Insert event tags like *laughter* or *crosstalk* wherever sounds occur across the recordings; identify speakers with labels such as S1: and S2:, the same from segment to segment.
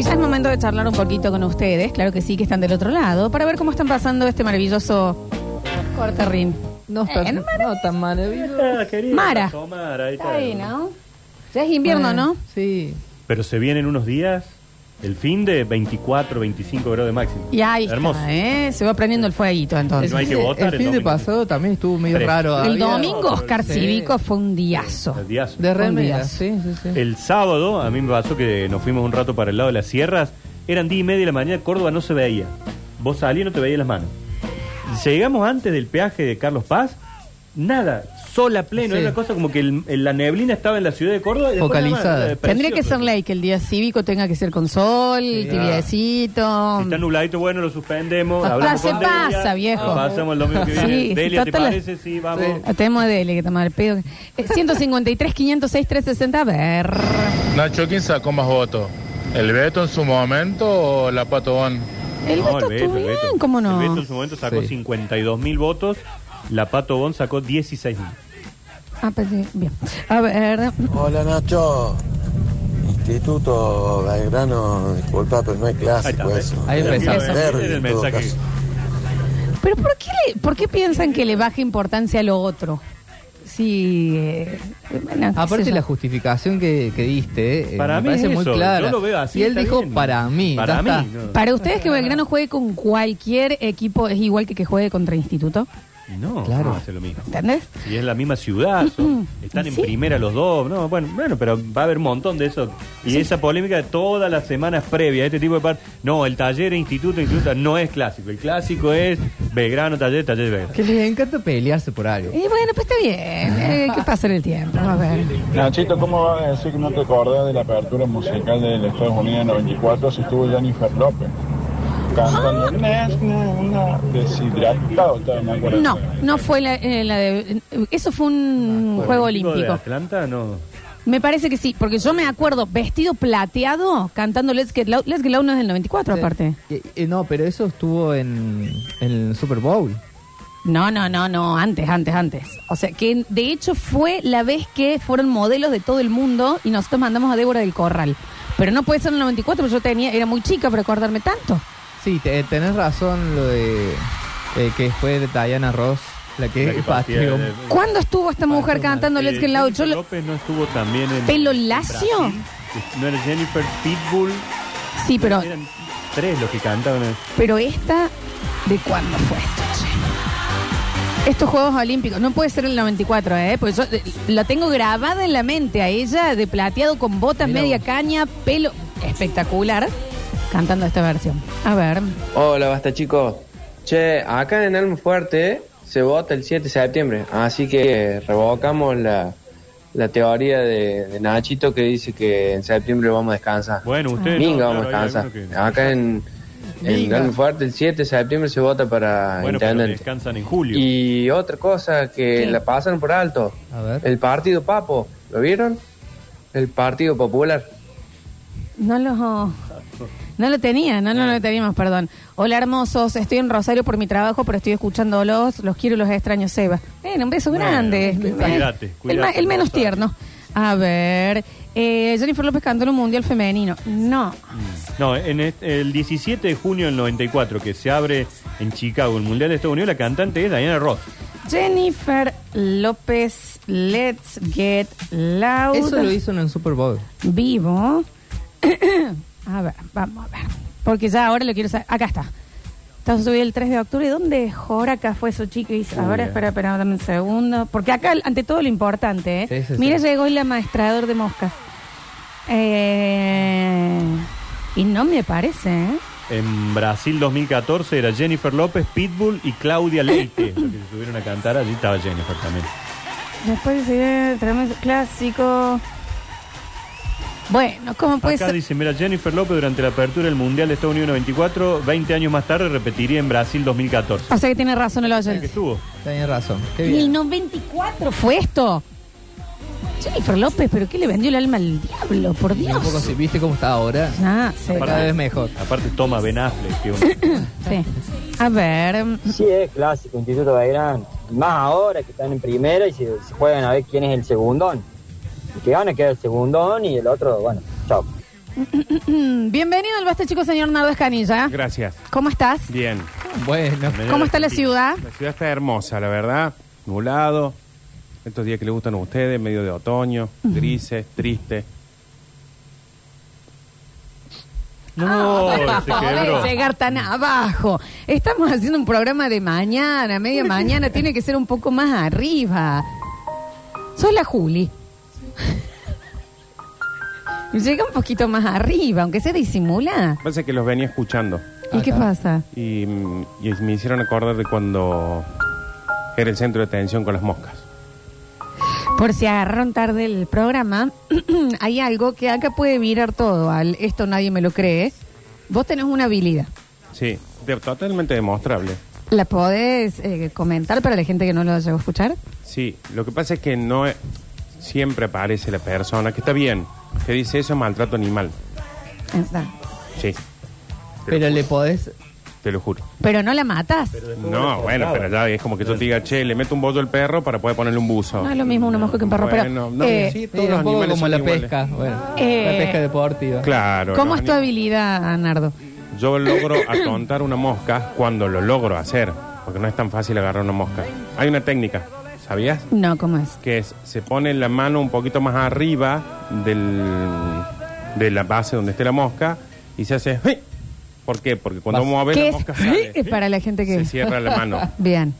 S1: ya es momento de charlar un poquito con ustedes, claro que sí, que están del otro lado, para ver cómo están pasando este maravilloso cortarrín.
S2: No, está-
S1: Eh, no
S2: no tan maravilloso.
S3: Ah, querida,
S1: Mara.
S3: tomar, ahí está.
S1: Ahí, ¿no? Ya es invierno, ¿no?
S2: Sí.
S3: Pero se vienen unos días, el fin de 24, 25 grados de máximo.
S1: Y ahí está,
S3: Hermoso.
S1: ¿eh? Se va prendiendo el fueguito entonces.
S3: No hay que
S2: El fin de-
S3: votar
S2: El
S3: el
S2: fin de
S3: domingo.
S2: pasado también estuvo medio
S3: Tres.
S2: raro.
S1: El
S2: había-
S1: domingo Oscar
S2: Sí.
S1: Cívico fue un diazo.
S3: El día-
S2: De remera,
S1: días.
S2: sí, sí, sí.
S3: El sábado, a mí me pasó que nos fuimos un rato para el lado de las sierras, eran día y media de la mañana, Córdoba no se veía. Vos salías y no te veías las manos. Llegamos antes del peaje de Carlos Paz, nada, sol a pleno,
S2: Sí.
S3: era una cosa como que el- el- la neblina estaba en la ciudad de Córdoba. y después
S2: Focalizada.
S3: nada más, era
S1: Tendría que
S3: precioso.
S1: ser ley que el día cívico tenga que ser con sol, tibiecito.
S3: Si está nubladito, bueno, lo suspendemos.
S1: Papá,
S3: hablamos
S1: se
S3: con Delia, Ah,
S1: pasa, viejo.
S3: nos pasamos el domingo que
S1: Sí,
S3: viene.
S1: sí,
S3: Delia, ¿te
S1: total.
S3: parece? Sí, vamos.
S2: Sí.
S1: Tenemos de Dele que tomar el pedo. Eh, 153, 506, 360. A ver.
S4: Nacho, ¿quién sacó más votos? ¿El Beto en su momento o la Patobón?
S1: El
S3: No,
S1: Beto
S3: Beto,
S1: estuvo
S3: el
S1: bien,
S3: Beto.
S1: ¿cómo no?
S3: El Beto en su momento sacó
S2: Sí.
S3: 52 mil votos. La Pato Bon sacó 16 mil.
S1: Ah, pues, sí, bien. A ver.
S5: Hola Nacho, Instituto Belgrano, disculpa, pero no hay clásico eso.
S2: Ahí
S5: Era
S2: empezó.
S5: un
S1: Ese
S5: derbi
S3: era el
S5: en todo
S3: mensaje.
S5: caso.
S1: ¿Pero por qué, le- por qué piensan que le baja importancia a lo otro? Sí. eh, bueno, qué sé
S2: Aparte
S1: yo.
S2: la justificación que, que diste, eh,
S3: Para
S2: me
S3: mí
S2: parece
S3: es
S2: muy
S3: eso,
S2: clara.
S3: yo lo veo así,
S2: y él
S3: está
S2: dijo
S3: bien.
S2: para mí.
S3: Para
S2: ya
S3: mí,
S2: está.
S3: no.
S1: ¿Para ustedes que Belgrano juegue con cualquier equipo es igual que que juegue contra Instituto?
S3: No,
S2: Claro.
S3: no hace lo mismo.
S1: ¿Entendés?
S3: Y es la misma ciudad, son- están en
S1: Mm, Sí.
S3: primera los dos. No, bueno, bueno, pero va a haber un montón de eso. Y esa polémica de todas las semanas previas, este tipo de par No, el taller, e instituto, instituto, no es clásico. El clásico es Belgrano, taller, taller, Belgrano.
S2: Que les encanta pelearse por algo.
S1: Y bueno, pues está bien. eh,
S2: *laughs*
S1: Hay que pasar el tiempo. A ver.
S6: Nachito, ¿cómo vas a decir que no te acordás de la apertura musical de Estados Unidos en 94 si estuvo Jennifer López? Cantando "Nes, nes, una deshidratado, estaba, me acuerdo.
S1: No, no fue la, eh, la de. eh, Eso fue un juego
S3: El tipo de
S1: olímpico.
S3: Atlanta, no.
S1: Me parece que sí, porque yo me acuerdo vestido plateado cantando Let's Get Loud. Let's Get Loud no es del 94, aparte.
S2: Eh, eh, no, pero eso estuvo en, en el Super Bowl.
S1: No, no, no, no, antes, antes, antes. O sea, que de hecho fue la vez que fueron modelos de todo el mundo y nosotros mandamos a Débora del Corral. Pero no puede ser en el 94, porque yo tenía, era muy chica para acordarme tanto.
S2: Sí, te- tenés razón lo de eh, que fue de Diana Ross, la que,
S3: La que
S2: pateó.
S3: partía de-
S1: ¿Cuándo estuvo esta mujer
S2: Pantoma.
S1: cantando
S3: Eh,
S1: Let's Get Loud? Yo
S3: Jennifer
S1: lo-
S3: López no estuvo también en.
S1: ¿Pelo
S3: en
S1: lacio?
S3: Brasil. No era Jennifer Pitbull.
S1: sí, pero,
S3: Eran tres los que cantaban.
S1: pero esta, ¿de cuándo fue esto? che? Estos Juegos Olímpicos, no puede ser en el 94, ¿eh? Porque yo eh, la tengo grabada en la mente a ella, de plateado con botas,
S2: Mira
S1: media
S2: vos.
S1: caña, pelo espectacular, cantando esta versión. A ver.
S7: Hola, basta chicos. Che, acá en Alma Fuerte se vota el 7 de septiembre, así que revocamos la, la teoría de, de Nachito que dice que en septiembre vamos a descansar. Ah.
S3: Bueno, ustedes. no,
S7: Minga
S3: claro,
S7: vamos a
S3: hay
S7: descansar.
S3: algunos que-
S7: Acá en, en
S2: Minga.
S7: Alma Fuerte el 7 de septiembre se vota para
S3: Bueno, pero
S7: intendente.
S3: descansan en julio.
S7: Y otra cosa que
S1: ¿Qué?
S7: la pasan por alto,
S2: A ver.
S7: el Partido Papo, ¿lo vieron? El Partido Popular.
S1: No lo, no lo tenía, no, no lo teníamos, perdón. Hola hermosos, estoy en Rosario por mi trabajo, pero estoy escuchándolos, los quiero y los extraño, Seba. Bueno, un beso
S3: Bueno,
S1: grande.
S3: cuídate,
S1: El
S3: cuídate,
S1: ma- el, menos
S3: Rosario.
S1: tierno. A ver, eh, Jennifer López cantó en un mundial femenino. No,
S3: No, en est- el 17 de junio del 94, que se abre en Chicago el Mundial de Estados Unidos, la cantante es Diana Ross.
S1: Jennifer López, let's get loud.
S2: Eso lo hizo en el Super Bowl.
S1: vivo. *clears throat* a ver, vamos a ver. Porque ya ahora lo quiero saber. Acá está. Entonces subí el 3 de octubre. ¿Y ¿Dónde Joraca fue su chico? Y dice, a ver, espera, espera, dame un segundo. Porque acá, ante todo, lo importante, ¿eh?
S2: Sí, sí, sí.
S1: Mira, llegó el amaestrador de moscas. Eh, y no me parece, ¿eh?
S3: En Brasil 2014 era Jennifer López, Pitbull y Claudia Leite. los que se subieron a cantar, allí estaba Jennifer también.
S1: Después sigue el tremendo clásico. Bueno, ¿cómo puede
S3: Acá
S1: ser?
S3: dice, mira, Jennifer López durante la apertura del Mundial de Estados Unidos 94, 20 años más tarde repetiría en Brasil 2014.
S1: O sea que tiene razón el
S3: Que
S1: oyente.
S3: estuvo.
S2: Tenés razón. Qué
S1: Y el
S2: bien.
S1: 94 fue esto. Jennifer López, pero ¿qué le vendió el alma al diablo? Por
S2: Y un poco
S1: Dios.
S2: así, ¿Viste cómo está ahora?
S1: Ah, sí.
S2: Cada vez mejor.
S3: Aparte toma Ben Affleck, que
S1: *laughs*
S3: un-
S1: sí. A ver, mm,
S8: Sí, es clásico, Instituto Belgrano. Y Más ahora que están en primera y se, se juegan a ver quién es el segundón. Y que van a quedar el segundón y el otro, bueno, chao.
S1: mm, Bienvenido al Basta Chico, señor Nardo Escanilla.
S9: Gracias.
S1: ¿Cómo estás?
S9: Bien.
S2: Bueno,
S1: ¿Cómo está la ciudad?
S9: La ciudad está hermosa, la verdad. Nublado. Estos días que les gustan a ustedes, medio de otoño, grises, triste.
S3: No,
S1: Para
S3: se quebró.
S1: poder llegar tan abajo. Estamos haciendo un programa de mañana, media mañana, tiene que ser un poco más arriba. Soy la
S9: *laughs*
S1: Juli. Llega un poquito más arriba, aunque se disimula.
S9: Parece que los venía escuchando.
S1: ¿Y
S2: Ah,
S1: qué
S2: está.
S1: pasa?
S9: Y, mm, y me hicieron acordar de cuando era el centro de atención con las moscas.
S1: Por si agarraron tarde el programa, *clears throat* hay algo que acá puede virar todo. Al esto nadie me lo cree. Vos tenés una habilidad.
S9: Sí, de- totalmente demostrable.
S1: ¿La podés eh, comentar para la gente que no lo llegó a escuchar?
S9: Sí, lo que pasa es que no es- siempre aparece la persona que está bien, que dice eso es maltrato animal.
S1: Ahí está.
S9: Sí,
S2: pero le podés.
S9: te lo juro.
S1: Pero no la matas.
S9: No, bueno, pero ya es como que yo te diga, che, le meto un bollo al perro para poder ponerle un buzo.
S1: No es lo mismo una mosca que un perro, pero,
S9: Bueno, no,
S1: eh,
S9: sí, todos
S2: Sí,
S9: los
S2: un poco
S9: animales
S2: como
S9: son
S2: la
S9: iguales.
S2: pesca. Bueno,
S1: Eh,
S2: la pesca deportiva.
S9: Claro.
S1: ¿Cómo
S9: los
S1: es tu
S9: anim-
S1: habilidad, Nardo?
S9: Yo logro atontar una mosca cuando lo logro hacer, porque no es tan fácil agarrar una mosca. Hay una técnica, ¿sabías?
S1: No, ¿cómo es?
S9: Que es, se pone la mano un poquito más arriba del, de la base donde esté la mosca y se hace... ¡hey! ¿Por qué? Porque cuando
S2: Vas-
S9: mueve
S1: ¿Qué
S9: la
S1: es?
S9: mosca sale.
S1: *laughs* Es para la gente que...
S9: Se cierra la mano.
S1: *laughs* Bien.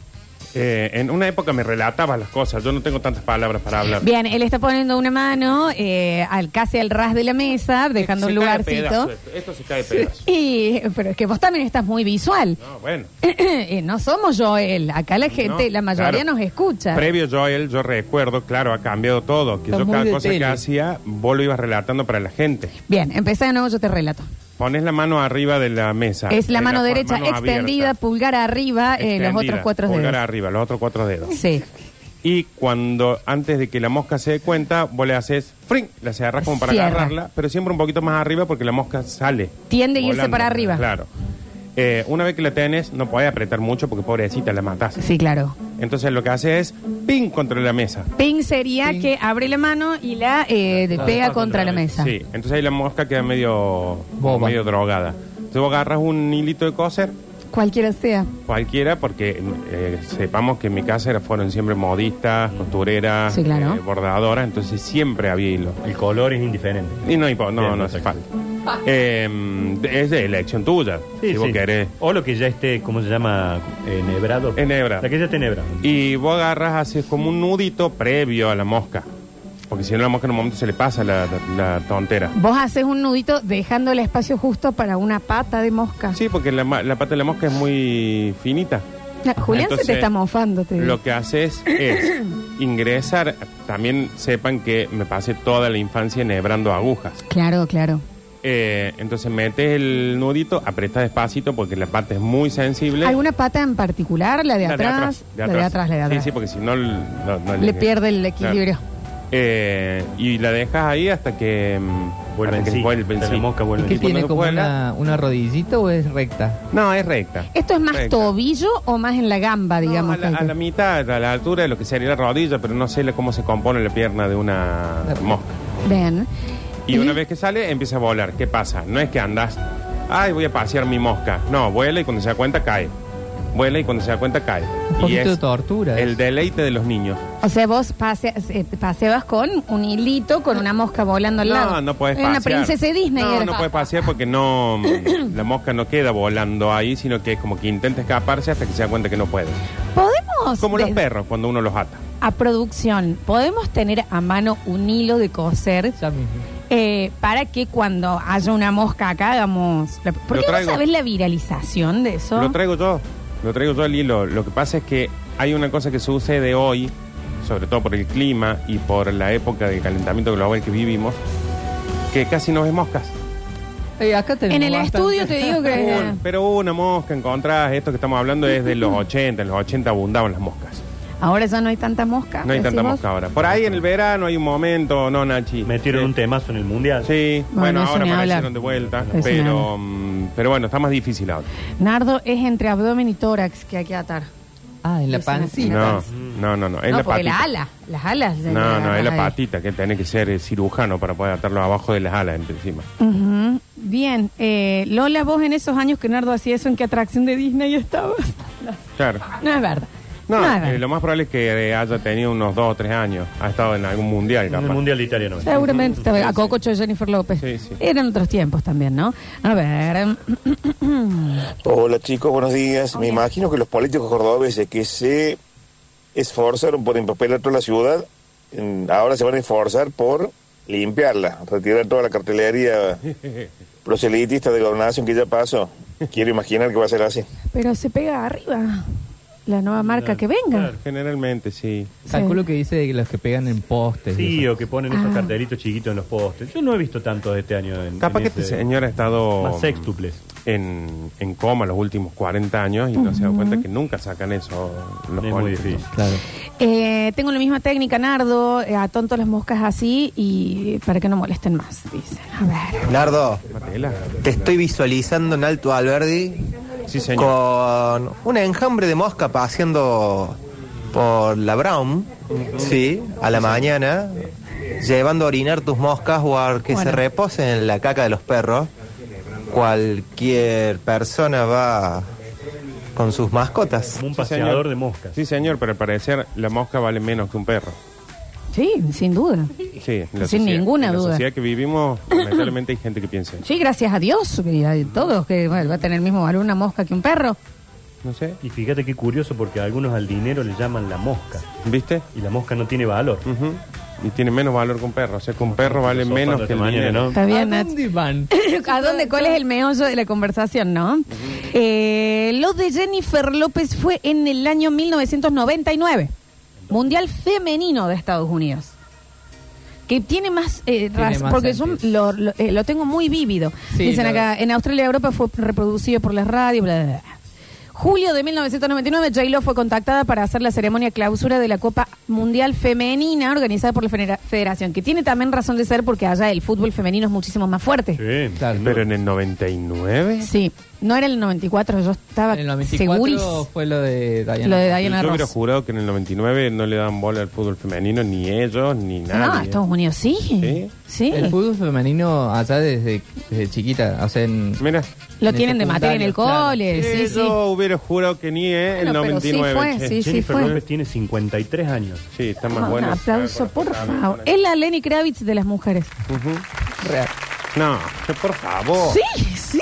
S9: Eh, en una época me relatabas las cosas, yo no tengo tantas palabras para hablar.
S1: Bien, él está poniendo una mano eh, al casi al ras de la mesa, dejando
S9: Se
S1: un
S9: cae a pedazos
S1: lugarcito.
S9: Esto, Esto se cae de pedazos.
S1: *laughs* Y, pero es que vos también estás muy visual. *clears throat*
S9: No, bueno.
S1: Eh, no somos yo él. Acá la gente,
S9: No,
S1: la mayoría
S9: claro.
S1: nos escucha.
S9: Previo Joel, yo recuerdo, claro, ha cambiado todo. Que
S2: Está
S9: yo
S2: muy
S9: cada
S2: de
S9: cosa que
S2: tele.
S9: hacía, vos lo ibas relatando para la gente.
S1: Bien, empezá de nuevo, yo te relato.
S9: Pones la mano arriba de la mesa.
S1: es la
S9: de
S1: mano
S9: pa-
S1: derecha
S9: mano
S1: extendida,
S9: abierta.
S1: pulgar arriba, eh, los otros
S9: Extendida,
S1: cuatro
S9: pulgar
S1: dedos.
S9: arriba, los otros cuatro dedos.
S1: Sí.
S9: Y cuando, antes de que la mosca se dé cuenta, vos le haces, ¡fring! La cerras como para
S1: Cierra.
S9: agarrarla, pero siempre un poquito más arriba porque la mosca sale.
S1: Tiende a irse
S9: volando.
S1: para arriba.
S9: Claro. Eh, una vez que la tenés, no podés apretar mucho porque pobrecita, la matás.
S1: Sí, claro.
S9: Entonces lo que hace es, ¡ping! contra la mesa.
S1: Ping sería
S2: Ping.
S1: que abre la mano y la eh, de- pega contra la mesa.
S9: Sí, entonces ahí la mosca queda medio,
S2: Boba.
S9: medio drogada. Entonces vos agarras un hilito de coser,
S1: Cualquiera sea.
S9: cualquiera, porque eh, sepamos que en mi casa era- fueron siempre modistas, costureras,
S1: Sí, claro.
S9: eh, bordadoras, entonces siempre había hilo.
S3: El color es indiferente.
S9: Y no, impo- no,
S3: Bien,
S9: no hace
S3: perfecto.
S9: falta. Eh, es de elección tuya, si vos querés.
S3: O lo que ya esté, ¿cómo se llama? Enhebrado.
S9: Enhebrado.
S3: La que ya esté enhebrado.
S9: Y vos agarras, haces como un nudito previo a la mosca. Porque si no, la mosca en un momento se le pasa la, la- la tontera.
S1: Vos haces un nudito dejando el espacio justo para una pata de mosca.
S9: Sí, porque la, ma- la pata de la mosca es muy finita.
S1: Ah, Julián
S9: Entonces,
S1: se te está mofando. Te digo.
S9: Lo que haces es
S1: *clears throat*
S9: ingresar. También sepan que me pasé toda la infancia enhebrando agujas.
S1: Claro, claro.
S9: Eh, entonces metes el nudito, apretas despacito porque la parte es muy sensible.
S1: ¿Alguna pata en particular? ¿La de,
S9: La
S1: atrás? La de atrás, la de atrás.
S9: Sí, sí, porque si no. l- no- no-
S1: Le pierde el equilibrio.
S9: Claro. Eh, y la dejas ahí hasta que. mm,
S3: Vuelve
S9: hasta
S3: en
S9: que
S3: sí.
S9: vuelve en
S3: Hasta
S9: sí.
S3: la mosca vuelve
S9: Y
S3: en
S9: que
S3: sí.
S9: cuando
S2: ¿Tiene como
S9: vuela-
S2: una, una rodillita o es recta?
S9: No, es recta.
S1: ¿Esto es más
S9: Recta.
S1: tobillo o más en la gamba,
S9: No,
S1: digamos?
S9: a, la,
S1: que
S9: a la mitad, a la altura de lo que sería la rodilla, pero no sé la- cómo se compone la pierna de una mosca.
S1: Bien.
S9: Y una vez que sale, empieza a volar. ¿Qué pasa? No es que andas, ay, voy a pasear mi mosca. No, vuela y cuando se da cuenta cae. Vuela y cuando se da cuenta cae.
S2: Un
S9: y
S2: poquito
S9: es
S2: de tortura.
S9: el deleite de los niños.
S1: O sea, vos paseas, eh, paseabas con un hilito, con una mosca volando al lado.
S9: No, no puedes
S1: Era
S9: pasear.
S1: una princesa de Disney.
S9: No,
S1: era.
S9: no puedes pasear porque
S1: *coughs*
S9: no la mosca no queda volando ahí, sino que es como que intenta escaparse hasta que se da cuenta que no puede.
S1: ¿Podemos?
S9: Como los
S1: de-
S9: perros cuando uno los ata.
S1: A producción, ¿podemos tener a mano un hilo de coser
S2: Ya mismo.
S1: eh, para que cuando haya una mosca acá hagamos... la- ¿Por
S9: Lo
S1: qué no
S9: traigo.
S1: sabes la viralización de eso?
S9: Lo traigo yo, lo traigo yo al hilo. Lo que pasa es que hay una cosa que sucede hoy, sobre todo por el clima y por la época del calentamiento global que vivimos, que casi no ves moscas.
S2: Eh, acá tenemos
S1: en el
S2: bastante.
S1: estudio te digo que...
S9: Un- pero una mosca encontrás, esto que estamos hablando es de los 80, en los 80 abundaban las moscas.
S1: Ahora ya no hay tanta mosca.
S9: No hay tanta
S1: decimos.
S9: mosca ahora. Por ahí en el verano hay un momento, no Nachi.
S3: Metieron
S9: Eh,
S3: un temazo en el mundial.
S9: Sí,
S1: No,
S9: bueno,
S1: no, eso
S9: ahora
S1: ni
S9: aparecieron
S1: hablar.
S9: de vuelta,
S1: Eso ni
S9: pero, mm, pero bueno, está más difícil ahora.
S1: Nardo, es entre abdomen y tórax que hay que atar.
S2: Ah, en la
S1: Es una-
S2: pancita.
S9: No, no, no, no. Es
S1: no,
S9: la
S1: porque
S9: patita.
S1: las alas, las alas. se
S9: No, no, es la
S1: ahí.
S9: patita que tiene que ser eh, cirujano para poder atarlo abajo de las alas en- encima.
S1: Ujú. Mm, Bien, eh, Lola, vos en esos años que Nardo hacía eso, ¿en qué atracción de Disney estabas?
S9: Claro.
S1: No es verdad.
S9: No,
S1: No es
S9: eh,
S1: verdad.
S9: lo más probable es que eh, haya tenido unos dos o tres años. Ha estado en algún mundial,
S3: En el
S9: capaz.
S3: Mundial de Italia no.
S1: Seguramente estaba a Cococho de Jennifer López.
S9: Sí, sí.
S1: Eran otros tiempos también, ¿no? A ver.
S5: Hola chicos, buenos días. Me imagino que los políticos cordobeses que se esforzaron por empapelar toda la ciudad, mm, ahora se van a esforzar por limpiarla, retirar toda la cartelería proselitista de gobernación que ya pasó. Quiero imaginar que va a ser así.
S1: *clears throat* Pero se pega arriba la nueva marca que venga.
S9: Generalmente, sí.
S2: Calculo que dice de los que pegan en postes.
S3: Sí,
S2: y eso.
S3: o que ponen
S1: Ah.
S3: esos cartelitos chiquitos en los postes. Yo no he visto tantos este año. En,
S9: Capaz
S3: en
S9: que este
S3: ese-
S9: señor ha estado
S3: Más sextuples.
S9: en, en coma los últimos 40 años y no se da cuenta que nunca sacan eso los
S3: Es muy
S9: políticos.
S3: difícil.
S2: Claro.
S1: Eh, tengo la misma técnica, Nardo. eh, a tonto las moscas así y para que no molesten más, dicen. A ver.
S10: Nardo,
S9: Matela.
S10: te estoy visualizando en Alto Alberdi
S9: Sí, señor.
S10: con un enjambre de mosca paseando por la Brown, sí, a la mañana, llevando a orinar tus moscas o a que
S1: Bueno.
S10: se reposen en la caca de los perros. Cualquier persona va con sus mascotas.
S3: Como un
S9: Sí,
S3: paseador
S9: señor.
S3: de moscas.
S9: Sí, señor, pero al parecer la mosca vale menos que un perro.
S1: Sí, sin duda.
S9: Sí, en la
S1: Sin
S9: sociedad-
S1: ninguna
S9: en
S1: duda.
S9: La sociedad que vivimos, lamentablemente hay gente que piensa. eso.
S1: Sí, gracias a Dios. Y a todos que bueno, va a tener el mismo valor una mosca que un perro.
S9: No sé,
S3: Y fíjate qué curioso porque a algunos al dinero le llaman la mosca.
S9: ¿viste?
S3: Y la mosca no tiene valor.
S9: Ujú. Y tiene menos valor que un perro. O sea, que un perro vale
S3: Filosofando
S9: menos
S3: esta
S9: que el
S3: mañana,
S9: dinero.
S3: ¿no?
S1: Está bien,
S2: ¿A
S1: Nacho.
S2: dónde van?
S1: *coughs* ¿A dónde? ¿Cuál es el meollo de la conversación, no? Eh, lo de Jennifer López fue en el año 1999, Mundial Femenino de Estados Unidos. Que tiene más, eh, raz-
S2: más
S1: porque son,
S2: sentido.
S1: lo, lo- eh, lo tengo muy vívido.
S2: Sí,
S1: Dicen
S2: lo-
S1: acá, en Australia y Europa fue reproducido por las radios, bla, bla, bla. Julio de 1999, J-Lo fue contactada para hacer la ceremonia clausura de la Copa Mundial Femenina organizada por la Federa- Federación, que tiene también razón de ser porque allá el fútbol femenino es muchísimo más fuerte.
S3: Sí.
S2: Claro.
S9: Pero en el 99.
S1: Sí, no era el 94, yo estaba
S2: En el 94
S1: seguris.
S2: fue lo de Diana.
S1: Lo de
S9: Pero
S1: Diana
S9: yo
S1: Ross.
S9: hubiera jurado que en el 99 no le dan bola al fútbol femenino, ni ellos, ni
S1: No,
S9: nadie.
S1: Ah, Estados Unidos sí.
S9: Sí.
S1: Sí.
S2: El fútbol femenino allá desde, desde chiquita. O sea, en-
S9: Mira,
S1: Lo
S2: en
S1: tienen de materia en el
S2: secundario,
S1: cole, sí, sí.
S9: yo hubiera jurado que ni eh, el
S1: Bueno, pero sí
S9: 99.
S1: fue,
S9: che.
S1: sí, sí
S3: Jennifer
S1: fue.
S3: López tiene 53 años.
S9: Sí, está más
S1: Ah, Un
S9: bueno.
S1: aplauso, por favor. Es la Lenny Kravitz de las mujeres.
S9: Ujú.
S2: Real.
S9: No, che, por favor.
S1: Sí, sí.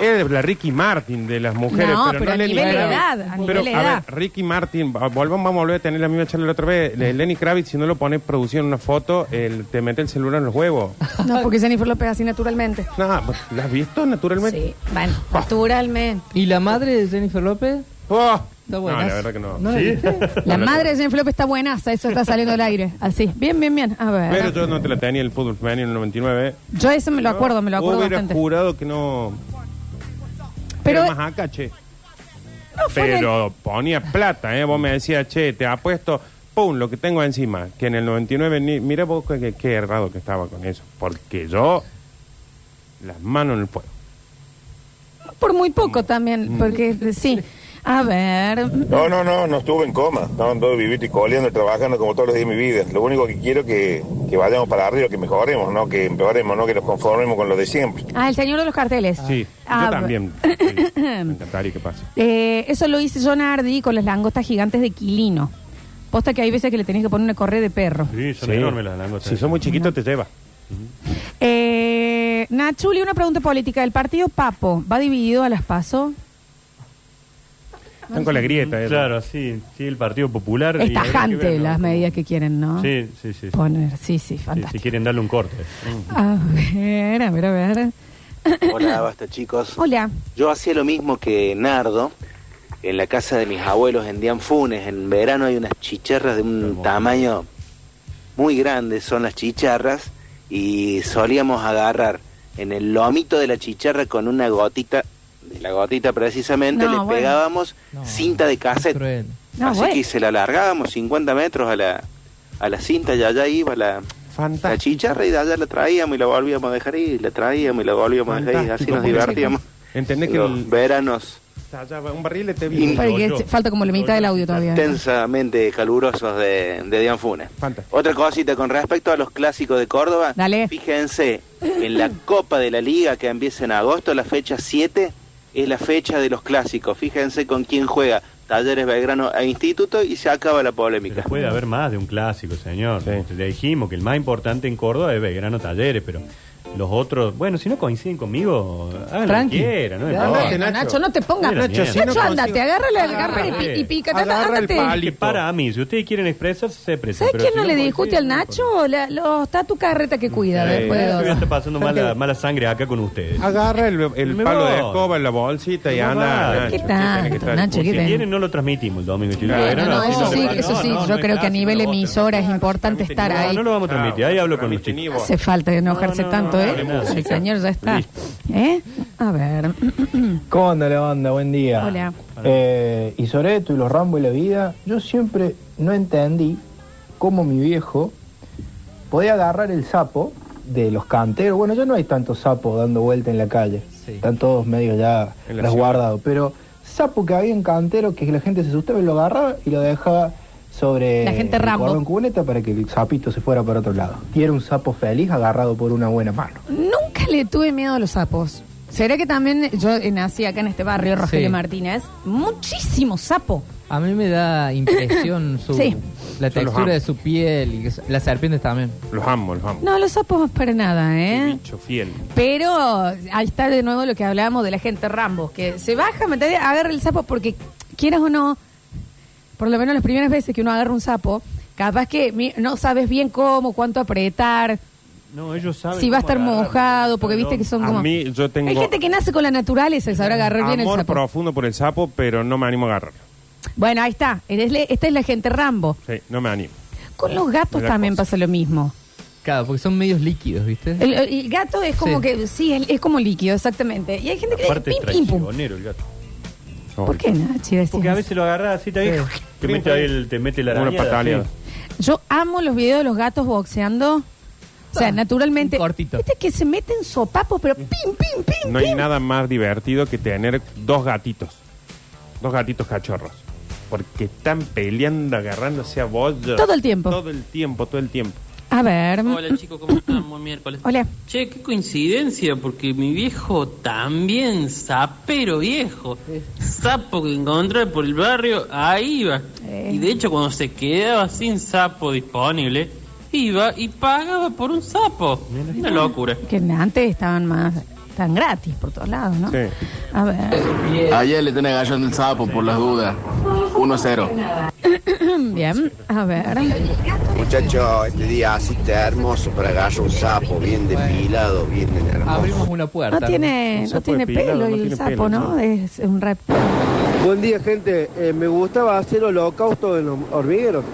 S9: Es la Ricky Martin de las mujeres.
S1: No,
S9: pero,
S1: pero
S9: no
S1: a
S9: Lenny
S1: nivel de
S9: Kravitz.
S1: edad, a
S9: pero,
S1: nivel de
S9: a
S1: edad.
S9: ver, Ricky Martin, va- volvamos, vamos a volver a tener la misma charla la otra vez. Le- Lenny Kravitz, si no lo pones producido en una foto, el- te mete el celular en
S1: *laughs*
S9: los huevos.
S1: No, porque Jennifer López así naturalmente.
S9: No, ¿la has visto naturalmente?
S1: Sí, bueno,
S9: *laughs*
S1: naturalmente.
S2: ¿Y la madre de Jennifer López?
S9: Oh.
S2: Está
S9: No,
S2: buena.
S9: la verdad que no.
S2: ¿No la
S3: ¿Sí?
S2: viste?
S1: La madre de Jennifer López está buenaza, eso está saliendo del aire. Así, bien, bien, bien. A ver.
S9: Pero yo no te la tenía en el fútbol femenino en el 99.
S1: Yo eso me lo acuerdo, me lo acuerdo
S9: Hubiera
S1: bastante.
S9: jurado que no.
S1: Pero
S9: Pero más acá, che.
S1: no fue en el-
S9: Pero ponía plata, ¿eh? Vos me decías, che, te apuesto, pum, lo que tengo encima. Que en el 99, ni, mira vos que- que- qué errado que estaba con eso. Porque yo, las manos en el fuego.
S1: por muy
S9: Mm.
S1: poco también, porque eh, sí. A ver.
S5: No, no, no, no estuve en coma. No, anduve vivito y coleando, trabajando como todos los días de mi vida. Lo único que quiero es que, que vayamos para arriba, que mejoremos, no que empeoremos, no que nos conformemos con lo de siempre.
S1: Ah, el señor de los carteles.
S9: Sí,
S1: Ah,
S9: yo
S1: ver. *coughs*
S9: también. Sí, me encantaría que pase.
S1: *laughs* Eh, eso lo hice yo, Nardi, con las langostas gigantes de Quilino. Posta que hay veces que le tenés que poner una correa de perro.
S3: Sí, son
S9: Sí.
S3: enormes las langostas.
S9: Si son muy chiquitos, te lleva.
S1: Eh, Nachuli, una pregunta política. ¿El partido Papo va dividido a las PASO?
S9: Están con la grieta, ¿eh?
S3: Mm, Claro, sí, sí, el Partido Popular.
S1: Es
S3: y habrá que
S1: tajante
S3: ver, ¿no?
S1: las medidas que quieren, ¿no?
S3: Sí, sí, sí. sí.
S1: Poner, sí, sí,
S3: Sí, si
S1: fantástico.
S3: quieren darle un corte.
S1: A ver, a ver, a ver.
S10: *laughs* Hola, basta chicos.
S1: Hola.
S10: Yo hacía lo mismo que Nardo en la casa de mis abuelos en Dianfunes. En verano hay unas chicharras de un tamaño muy grande, son las chicharras, y solíamos agarrar en el lomito de la chicharra con una gotita, de la gotita precisamente,
S1: No,
S10: le
S1: bueno.
S10: pegábamos
S2: No.
S10: cinta de cassette.
S2: Cruel.
S1: No,
S10: Así
S1: bueno.
S10: que se la alargábamos 50 metros a la, a la cinta y allá iba la, la
S9: Fantástico.
S10: chicharra y de allá la traíamos y la volvíamos a dejar ir, la traíamos y la volvíamos a dejar ir, así
S9: Fantástico,
S10: nos
S9: porque-
S10: divertíamos
S9: Entendés que
S10: los
S9: el-
S10: veranos
S9: estallaba. Un barril te
S1: Porque
S9: vino.
S1: es- falta como la mitad del audio todavía.
S10: Intensamente calurosos de, de Dian Funes.
S9: Fantástico.
S10: Otra cosita con respecto a los clásicos de Córdoba.
S1: Dale.
S10: Fíjense, en la Copa de la Liga que empieza en agosto, la fecha 7 es la fecha de los clásicos. Fíjense con quién juega Talleres Belgrano e Instituto y se acaba la polémica.
S3: Puede haber más de un clásico, señor. Le dijimos que el más importante en Córdoba es Belgrano Talleres, pero los otros, bueno, si no coinciden conmigo, hagan lo que
S2: Tranqui.
S3: quieran, no me
S2: Dale,
S3: importa.
S1: No, Nacho, no te pongas.
S3: Mira,
S1: Nacho,
S3: Nacho, si no consigo-
S1: andate, agárrale agarra y,
S3: Agarra.
S1: pi- y pica. tata,
S9: Agarra el
S1: ándate.
S9: palo.
S3: Que para mí, si ustedes quieren expresarse, se expresan.
S1: ¿Sabes
S3: pero
S1: quién
S3: si
S1: no le
S3: coinciden,
S1: discute al
S3: no importa.
S1: Nacho? La- los- está tu carreta que cuida
S9: Sí.
S1: después de
S3: Yo voy a
S1: dos.
S3: estar pasando mala, mala sangre acá con ustedes.
S9: Agarra el, el
S3: Me
S9: palo de
S3: voy.
S9: escoba en la bolsita y
S3: No
S9: anda.
S3: va. ¿Qué
S9: Nacho, que tiene
S1: tanto,
S9: que estar
S1: Nacho, qué
S9: discutiendo.
S3: Pues Si quieren, no lo transmitimos el domingo. este chicos.
S9: Claro.
S3: Pero
S1: Bueno, no,
S9: no,
S1: eso
S9: no,
S1: sí,
S9: no,
S1: eso sí.
S9: no,
S1: Yo
S9: no,
S1: creo
S9: no,
S1: que a
S9: no,
S1: nivel
S9: no,
S1: emisora es
S9: no,
S1: importante
S9: no,
S1: estar
S9: no,
S1: ahí.
S3: no lo vamos a transmitir. Ahí hablo con los
S9: Ni
S3: chicos.
S9: vos.
S1: Hace falta enojarse
S3: No, no,
S1: tanto,
S3: no,
S1: ¿eh?
S3: no, no, no.
S1: El señor ya está. ¿Eh? A ver.
S8: ¿Cómo anda la banda? Buen día.
S1: Hola.
S8: Eh, y sobre esto y los Rambo y la vida, yo siempre no entendí cómo mi viejo podía agarrar el sapo de los canteros. Bueno, ya no hay tantos sapos dando vuelta en la calle.
S2: Sí.
S8: Están todos medio ya
S9: En la
S8: resguardados. Pero sapo que había en cantero que la gente se asustaba y lo agarraba y lo dejaba sobre
S1: La gente
S8: el
S1: Rambo.
S8: cordón cuneta para que el sapito se fuera para otro lado. Y era un sapo feliz agarrado por una buena mano.
S1: Nunca le tuve miedo a los sapos. ¿Será que también yo eh, nací acá en este barrio, Rogelio
S2: Sí.
S1: Martínez? Muchísimo sapo.
S2: A mí me
S1: *coughs*
S2: da impresión su,
S1: Sí.
S2: la
S9: Yo los
S2: textura
S9: amo.
S2: de su piel y que s- las serpientes también.
S9: Los amo, los amo.
S1: No, los sapos para nada,
S9: Qué
S1: ¿eh?
S9: Bicho fiel.
S1: Pero ahí está de nuevo lo que hablábamos de la gente Rambo, que se baja, ¿me entendés? agarra el sapo porque quieras o no, por lo menos las primeras veces que uno agarra un sapo, capaz que mi- no sabes bien cómo, cuánto apretar,
S3: No, ellos saben.
S1: si va a
S3: cómo
S1: estar
S3: agarrar.
S1: mojado, porque viste que son
S9: A
S1: como...
S9: mí, yo tengo-
S1: Hay gente que nace con la naturaleza y sabrá agarrar bien el
S9: Amor
S1: sapo.
S9: profundo por el sapo, pero no me animo a agarrar.
S1: Bueno, ahí está. Eres le- Esta es la gente Rambo.
S9: Sí, no me animo.
S1: Con los gatos
S9: Otra
S1: también
S9: cosa.
S1: pasa lo mismo.
S2: Claro, porque son medios líquidos, ¿viste?
S1: El, el gato es como
S2: Sí.
S1: que, sí, es, es como líquido, exactamente. Y hay gente que
S3: Aparte,
S1: dice
S3: es
S1: pim, pim, pum.
S3: traicionero el gato.
S1: ¿Por qué, Nachi? decís
S3: Porque a
S1: eso?
S3: veces lo agarras así, te, te mete ahí el- te mete la
S9: Una
S3: arañada,
S9: pataleada.
S3: sí.
S1: Yo amo los videos de los gatos boxeando. O sea,
S2: Ah,
S1: naturalmente.
S2: un cortito.
S1: Viste que se meten sopapos, pero pim, pim, pim,
S9: No hay
S1: pim.
S9: nada más divertido que tener dos gatitos. Dos gatitos cachorros. Porque están peleando, agarrándose a bollos.
S1: Todo el tiempo.
S9: Todo el tiempo, todo el tiempo.
S1: A ver.
S11: Hola chicos, ¿cómo están? Buen miércoles.
S1: Hola.
S11: Che, qué coincidencia, porque mi viejo también, sapero viejo. Sapo que encontré por el barrio, ahí iba.
S1: Eh.
S11: Y de hecho, cuando se quedaba sin sapo disponible, iba y pagaba por un sapo. Una locura.
S1: Que antes estaban más. tan gratis por todos lados, ¿no?
S9: Sí.
S1: A ver. *clears throat*
S7: Ayer le tenés gallo en el sapo por las dudas. 1-0.
S1: Bien. A ver.
S10: Muchachos, este día así está hermoso para agarrar un sapo, bien depilado, bien
S2: Abrimos una puerta.
S1: No tiene,
S9: Un
S1: no
S9: sapo
S1: tiene
S9: depilado,
S1: pelo
S9: no
S1: y el
S9: tiene
S1: sapo,
S9: pelo,
S1: ¿no?
S9: ¿no?
S1: Es un reptil.
S8: Buen día, gente. Eh, me gustaba hacer holocausto en los hormigueros.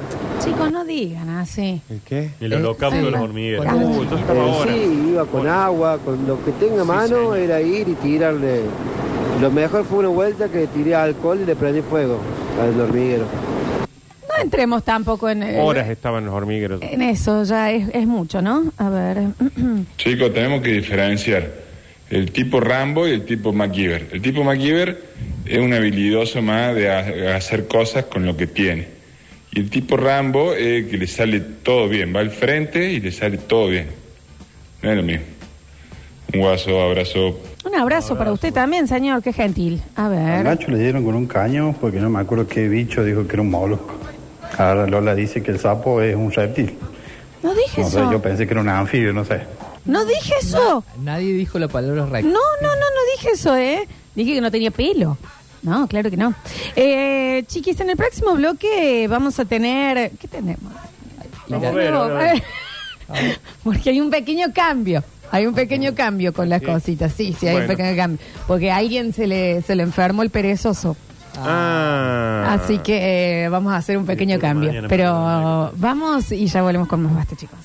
S1: Chicos, no digan así.
S9: ¿El qué?
S3: El
S2: Eh,
S3: holocausto
S1: sí.
S3: de los hormigueros.
S2: Con-
S9: Uy, yo estaba
S8: Eh,
S9: ahora.
S8: sí, iba con agua, con lo que tenga a mano era ir y tirarle. Lo mejor fue una vuelta que tiré alcohol y le prendí fuego al hormiguero.
S1: No entremos tampoco en, eh,
S9: Horas estaban los hormigueros.
S1: en eso, ya es, es mucho, ¿no? A ver. *clears throat*
S6: Chicos, tenemos que diferenciar el tipo Rambo y el tipo MacGyver. El tipo MacGyver es un habilidoso más de ha- hacer cosas con lo que tiene. Y el tipo Rambo es que le sale todo bien, va al frente y le sale todo bien. No es lo mismo. Un guaso, abrazo.
S1: Un abrazo para usted también, señor, qué gentil. A
S12: A
S1: ver.
S12: Nacho le dieron con un caño porque no me acuerdo qué bicho dijo que era un molusco. Ahora Lola dice que el sapo es un reptil.
S1: No dije
S12: No sé, yo
S1: eso.
S12: pensé que era un anfibio, no sé.
S1: No dije eso.
S2: Nadie dijo la palabra
S1: No,
S2: recta.
S1: no, no, no dije eso, ¿eh? Dije que no tenía pelo. No, claro que no. Eh, chiquis, en el próximo bloque vamos a tener... ¿Qué tenemos?
S3: Vamos a ver, ahora a ver.
S1: *laughs* Porque hay un pequeño cambio. Hay un pequeño cambio con las cositas. Sí, sí, hay un
S9: Bueno.
S1: pequeño cambio. Porque a alguien se le, se le enfermó el perezoso.
S9: Ah.
S1: Así que eh, vamos a hacer un pequeño
S3: por la
S1: cambio.
S3: mañana, por la
S1: Pero vamos y ya volvemos con más basta, chicos.